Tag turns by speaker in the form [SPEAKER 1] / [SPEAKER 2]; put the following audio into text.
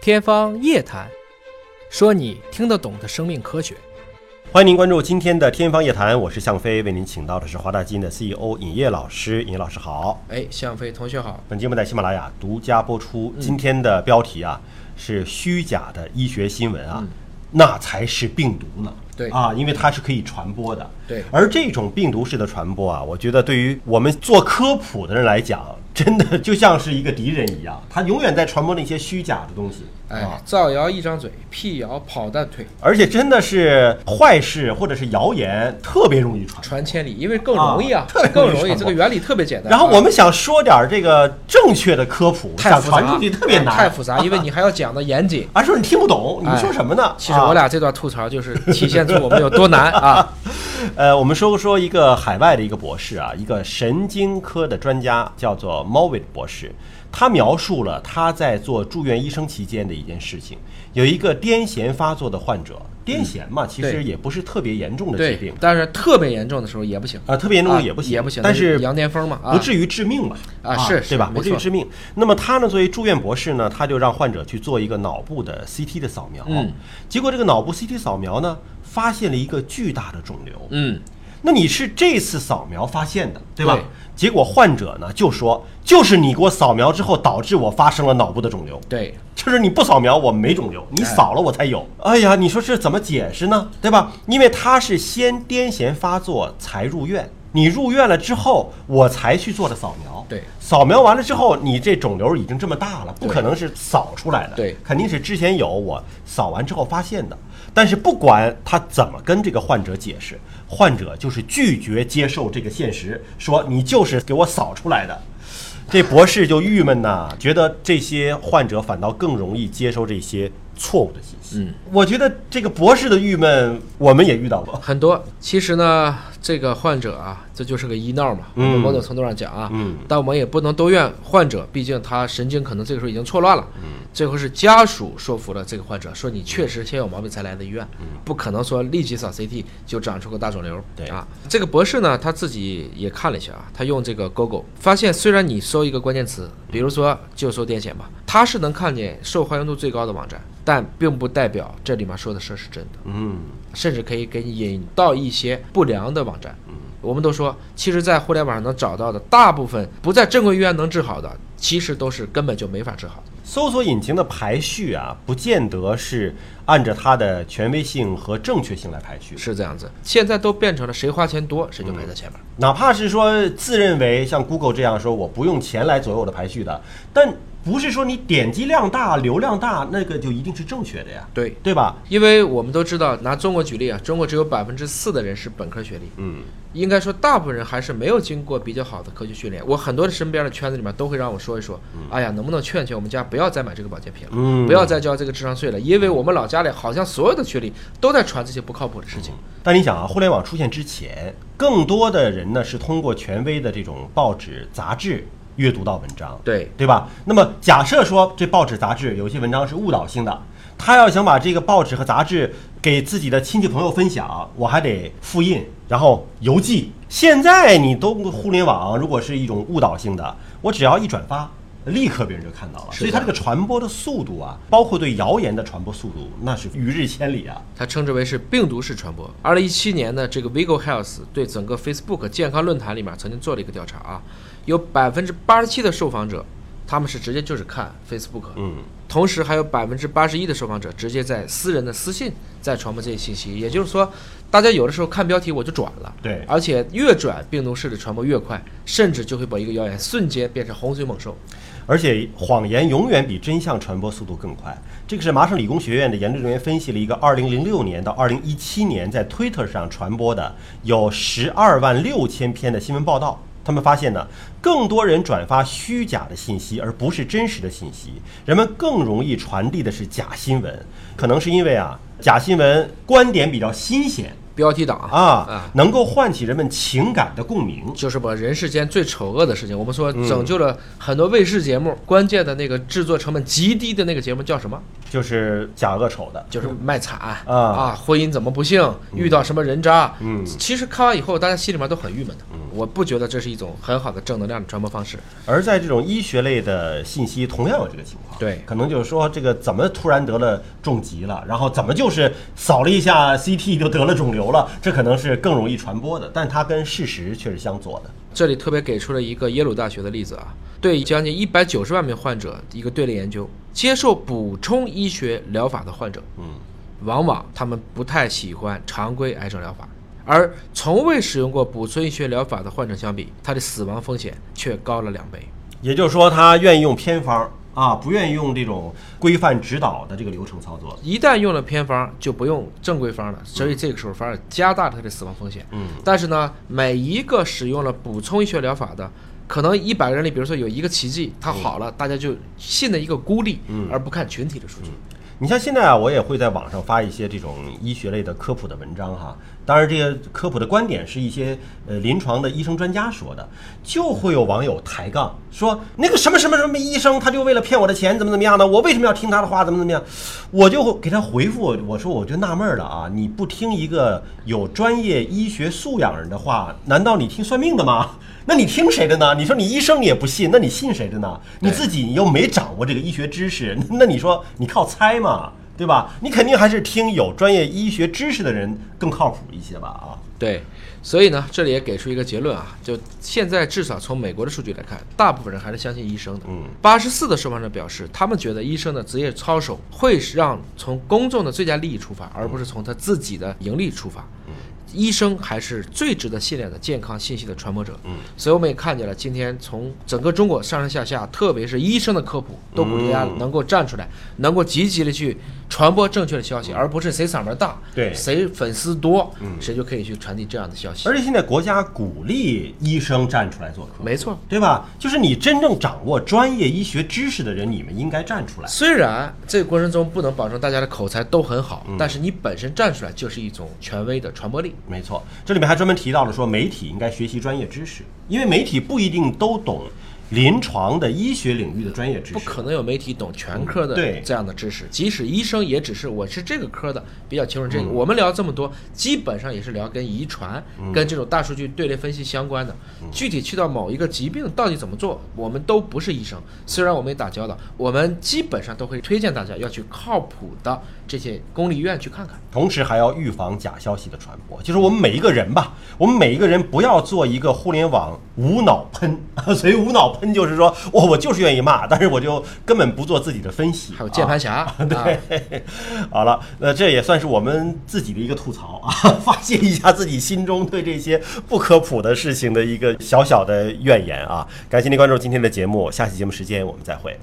[SPEAKER 1] 天方夜谭，说你听得懂的生命科学。
[SPEAKER 2] 欢迎您关注今天的《天方夜谭》，我是向飞，为您请到的是华大基因的 CEO 尹烨老师。尹烨老师好，
[SPEAKER 1] 哎，向飞同学好。
[SPEAKER 2] 本节目在喜马拉雅独家播出。
[SPEAKER 1] 嗯
[SPEAKER 2] 今天的标题啊是虚假的医学新闻啊，那才是病毒呢。
[SPEAKER 1] 嗯对
[SPEAKER 2] 啊，因为它是可以传播的。
[SPEAKER 1] 对
[SPEAKER 2] 而这种病毒式的传播啊，我觉得对于我们做科普的人来讲，真的就像是一个敌人一样，他永远在传播那些虚假的东西。啊
[SPEAKER 1] 哎，造谣一张嘴，辟谣跑断腿，
[SPEAKER 2] 而且真的是坏事或者是谣言特别容易传。
[SPEAKER 1] 传千里，因为更容易啊，
[SPEAKER 2] 啊特别容易
[SPEAKER 1] 更容易，
[SPEAKER 2] 传播
[SPEAKER 1] 这个原理特别简单。
[SPEAKER 2] 然后我
[SPEAKER 1] 啊
[SPEAKER 2] 们想说点儿这个正确的科普，
[SPEAKER 1] 太
[SPEAKER 2] 想
[SPEAKER 1] 复杂哎
[SPEAKER 2] 传出去特别难，
[SPEAKER 1] 太复 杂，因为你还要讲的严谨。
[SPEAKER 2] 而说你听不懂，你说什么呢？
[SPEAKER 1] 其实我
[SPEAKER 2] 啊
[SPEAKER 1] 俩这段吐槽就是体现出我们有多难啊！
[SPEAKER 2] 呃，我们说说一个海外的一个博士啊，一个神经科的专家叫做 Movid 博士，他描述了他在做住院医生期间的一件事情，有一个癫痫发作的患者，癫痫嘛，其
[SPEAKER 1] 嗯对
[SPEAKER 2] 实也 不是特别严重的
[SPEAKER 1] 对
[SPEAKER 2] 疾病，，
[SPEAKER 1] 但是特别严重的时候也不行，
[SPEAKER 2] 啊，特别严重的
[SPEAKER 1] 啊
[SPEAKER 2] 也不行，
[SPEAKER 1] 也不行
[SPEAKER 2] 但
[SPEAKER 1] 那就是羊癫疯嘛啊
[SPEAKER 2] 不至于致命吧？
[SPEAKER 1] 啊是是
[SPEAKER 2] 对吧？
[SPEAKER 1] 没
[SPEAKER 2] 不至于
[SPEAKER 1] 错
[SPEAKER 2] 致命。那么他呢，作为住院博士呢，他就让患者去做一个脑部的 CT 的扫描，
[SPEAKER 1] 嗯，
[SPEAKER 2] 结果这个脑部 CT 扫描呢，发现了一个巨大的肿瘤，
[SPEAKER 1] 嗯，
[SPEAKER 2] 那你是这次扫描发现的，对吧？
[SPEAKER 1] 对
[SPEAKER 2] 结果患者呢就说，就是你给我扫描之后导致我发生了脑部的肿瘤，
[SPEAKER 1] 对，
[SPEAKER 2] 就是你不扫描我没肿瘤，你扫了我才有。哎呀，你说这怎么解释呢？对吧？因为他是先癫痫发作才入院，你入院了之后我才去做的扫描。
[SPEAKER 1] 对
[SPEAKER 2] 扫描完了之后，你这肿瘤已经这么大了，不可能是扫出来的，
[SPEAKER 1] 对
[SPEAKER 2] 肯定是之前有我扫完之后发现的。但是不管他怎么跟这个患者解释，患者就是拒绝接受这个现实，说你就是给我扫出来的。这博士就郁闷呐，觉得这些患者反倒更容易接受这些错误的信息。嗯，我觉得这个博士的郁闷，我们也遇到过。
[SPEAKER 1] 很多。其实呢，这个患者啊，这就是个医闹嘛，我们某种程度上讲啊，
[SPEAKER 2] 嗯
[SPEAKER 1] 但我们也不能都怨患者，毕竟他神经可能这个时候已经错乱了。嗯，最后是家属说服了这个患者，说你确实先有毛病才来的医院，
[SPEAKER 2] 嗯
[SPEAKER 1] 不可能说立即扫 CT 就长出个大肿瘤。
[SPEAKER 2] 对
[SPEAKER 1] 啊，这个博士呢，他自己也看了一下啊，他用这个 Google 发现，虽然你搜一个关键词，比如说就搜癫痫吧，它是能看见受欢迎度最高的网站，但并不代表这里面说的事儿是真的。
[SPEAKER 2] 嗯，
[SPEAKER 1] 甚至可以给你引到一些不良的网站。我们都说，其实，在互联网上能找到的大部分不在正规医院能治好的，其实都是根本就没法治好的。
[SPEAKER 2] 搜索引擎的排序啊，不见得是按照它的权威性和正确性来排序，
[SPEAKER 1] 是这样子，现在都变成了谁花钱多，谁就排在前面。
[SPEAKER 2] 哪怕是说自认为像 Google 这样说我不用钱来左右我的排序的，但不是说你点击量大、流量大，那个就一定是正确的呀，
[SPEAKER 1] 对，
[SPEAKER 2] 对吧？
[SPEAKER 1] 因为我们都知道，拿中国举例啊，中国只有百分之四的人是本科学历，
[SPEAKER 2] 嗯，
[SPEAKER 1] 应该说大部分人还是没有经过比较好的科学训练。我很多的身边的圈子里面都会让我说一说，哎呀，能不能劝劝我们家不要再买这个保健品了，
[SPEAKER 2] 嗯
[SPEAKER 1] 不要再交这个智商税了，因为我们老家里好像所有的群里都在传这些不靠谱的事情。
[SPEAKER 2] 但你想啊，互联网出现之前，更多的人呢是通过权威的这种报纸、杂志阅读到文章，
[SPEAKER 1] 对
[SPEAKER 2] 对吧？那么假设说这报纸、杂志有些文章是误导性的，他要想把这个报纸和杂志给自己的亲戚朋友分享，我还得复印，然后邮寄。现在你都互联网，如果是一种误导性的，我只要一转发。立刻别人就看到了，
[SPEAKER 1] 是的
[SPEAKER 2] 所以它这个传播的速度啊，包括对谣言的传播速度，那是与日千里啊。
[SPEAKER 1] 它称之为是病毒式传播。二零一七年呢，这个 Vigo Health 对整个 Facebook 健康论坛里面曾经做了一个调查啊，有百分之八十七的受访者，他们是直接就是看 Facebook，
[SPEAKER 2] 嗯，
[SPEAKER 1] 同时还有百分之八十一的受访者直接在私人的私信在传播这些信息。也就是说，大家有的时候看标题我就转了，
[SPEAKER 2] 对
[SPEAKER 1] 而且越转病毒式的传播越快，甚至就会把一个谣言瞬间变成洪水猛兽。
[SPEAKER 2] 而且谎言永远比真相传播速度更快。这个是麻省理工学院的研究人员分析了一个2006年到2017年在 Twitter 上传播的有12万六千篇的新闻报道。他们发现呢，更多人转发虚假的信息，而不是真实的信息。人们更容易传递的是假新闻，可能是因为啊，假新闻观点比较新鲜
[SPEAKER 1] 标题党啊
[SPEAKER 2] 啊，能够唤起人们情感的共鸣。
[SPEAKER 1] 就是把人世间最丑恶的事情，我们说拯救了很多卫视节目，关键的那个制作成本极低的那个节目叫什么？
[SPEAKER 2] 就是假恶丑的。
[SPEAKER 1] 就是卖惨啊
[SPEAKER 2] 啊
[SPEAKER 1] 婚姻怎么不幸，遇到什么人渣，
[SPEAKER 2] 嗯
[SPEAKER 1] 其实看完以后，大家心里面都很郁闷的。我不觉得这是一种很好的正能量的传播方式。
[SPEAKER 2] 而在这种医学类的信息，同样有这个情况。
[SPEAKER 1] 对
[SPEAKER 2] 可能就是说这个怎么突然得了重疾了，然后怎么就是扫了一下 CT 就得了肿瘤了，这可能是更容易传播的，但它跟事实却是相左的。
[SPEAKER 1] 这里特别给出了一个耶鲁大学的例子啊，对将近一百九十万名患者一个队列研究，接受补充医学疗法的患者，
[SPEAKER 2] 嗯，
[SPEAKER 1] 往往他们不太喜欢常规癌症疗法，而从未使用过补充医学疗法的患者相比，他的死亡风险却高了两倍。
[SPEAKER 2] 也就是说，他愿意用偏方啊，不愿意用这种规范指导的这个流程操作。
[SPEAKER 1] 一旦用了偏方，就不用正规方了，所以这个时候反而加大了他的死亡风险。
[SPEAKER 2] 嗯，
[SPEAKER 1] 但是呢，每一个使用了补充医学疗法的，可能一百个人里，比如说有一个奇迹，他好了，大家就信的一个孤立，而不看群体的数据。
[SPEAKER 2] 你像现在啊，我也会在网上发一些这种医学类的科普的文章哈。当然，这些科普的观点是一些呃临床的医生专家说的，就会有网友抬杠说那个什么什么什么医生，他就为了骗我的钱，怎么怎么样呢？我为什么要听他的话？怎么怎么样？我就给他回复，我说我就纳闷了啊，你不听一个有专业医学素养人的话，难道你听算命的吗？ 那你听谁的呢？你说你医生你也不信，那你信谁的呢？你
[SPEAKER 1] 对
[SPEAKER 2] 自己又没掌握这个医学知识， 那你说你靠猜嘛，对吧？你肯定还是听有专业医学知识的人更靠谱一些吧？啊，
[SPEAKER 1] 对，所以呢，这里也给出一个结论啊，就现在至少从美国的数据来看，大部分人还是相信医生的。
[SPEAKER 2] 嗯，
[SPEAKER 1] 八十四的受访者表示，他们觉得医生的职业操守会让从公众的最佳利益出
[SPEAKER 2] 嗯
[SPEAKER 1] 发，而不是从他自己的盈利出发。医生还是最值得信赖的健康信息的传播者。嗯，所以我们也看见了，今天从整个中国上上下下，特别是医生的科普，
[SPEAKER 2] 嗯
[SPEAKER 1] 都鼓励大家能够站出来，能够积极的去传播正确的消息，而不是谁嗓门大，
[SPEAKER 2] 嗯对
[SPEAKER 1] 谁粉丝多，谁就可以去传递这样的消息。
[SPEAKER 2] 而且现在国家鼓励医生站出来做科普，
[SPEAKER 1] 没错，
[SPEAKER 2] 对吧？就是你真正掌握专业医学知识的人，你们应该站出来。
[SPEAKER 1] 虽然这个过程中不能保证大家的口才都很好，但是你本身站出来就是一种权威的传播力。
[SPEAKER 2] 没错，这里面还专门提到了说，媒体应该学习专业知识，因为媒体不一定都懂临床的医学领域的专业知识。
[SPEAKER 1] 不可能有媒体懂全科的
[SPEAKER 2] 嗯对
[SPEAKER 1] 这样的知识，即使医生也只是我是这个科的，比较清楚这
[SPEAKER 2] 嗯
[SPEAKER 1] 个。我们聊这么多，基本上也是聊跟遗传、跟这种大数据队列分析相关的。
[SPEAKER 2] 嗯
[SPEAKER 1] 具体去到某一个疾病到底怎么做，我们都不是医生，虽然我们也打交道，我们基本上都会推荐大家要去靠谱的这些公立医院去看看。
[SPEAKER 2] 同时还要预防假消息的传播。就是我们每一个人吧，我们每一个人不要做一个互联网无脑喷。 所以无脑喷就是说哦我我就是愿意骂，但是我就根本不做自己的分析。
[SPEAKER 1] 还有键
[SPEAKER 2] 啊
[SPEAKER 1] 盘侠，啊
[SPEAKER 2] 好了，那这也算是我们自己的一个吐槽啊，发泄一下自己心中对这些不科普的事情的一个小小的怨言啊。感谢您关注今天的节目，下期节目时间我们再会。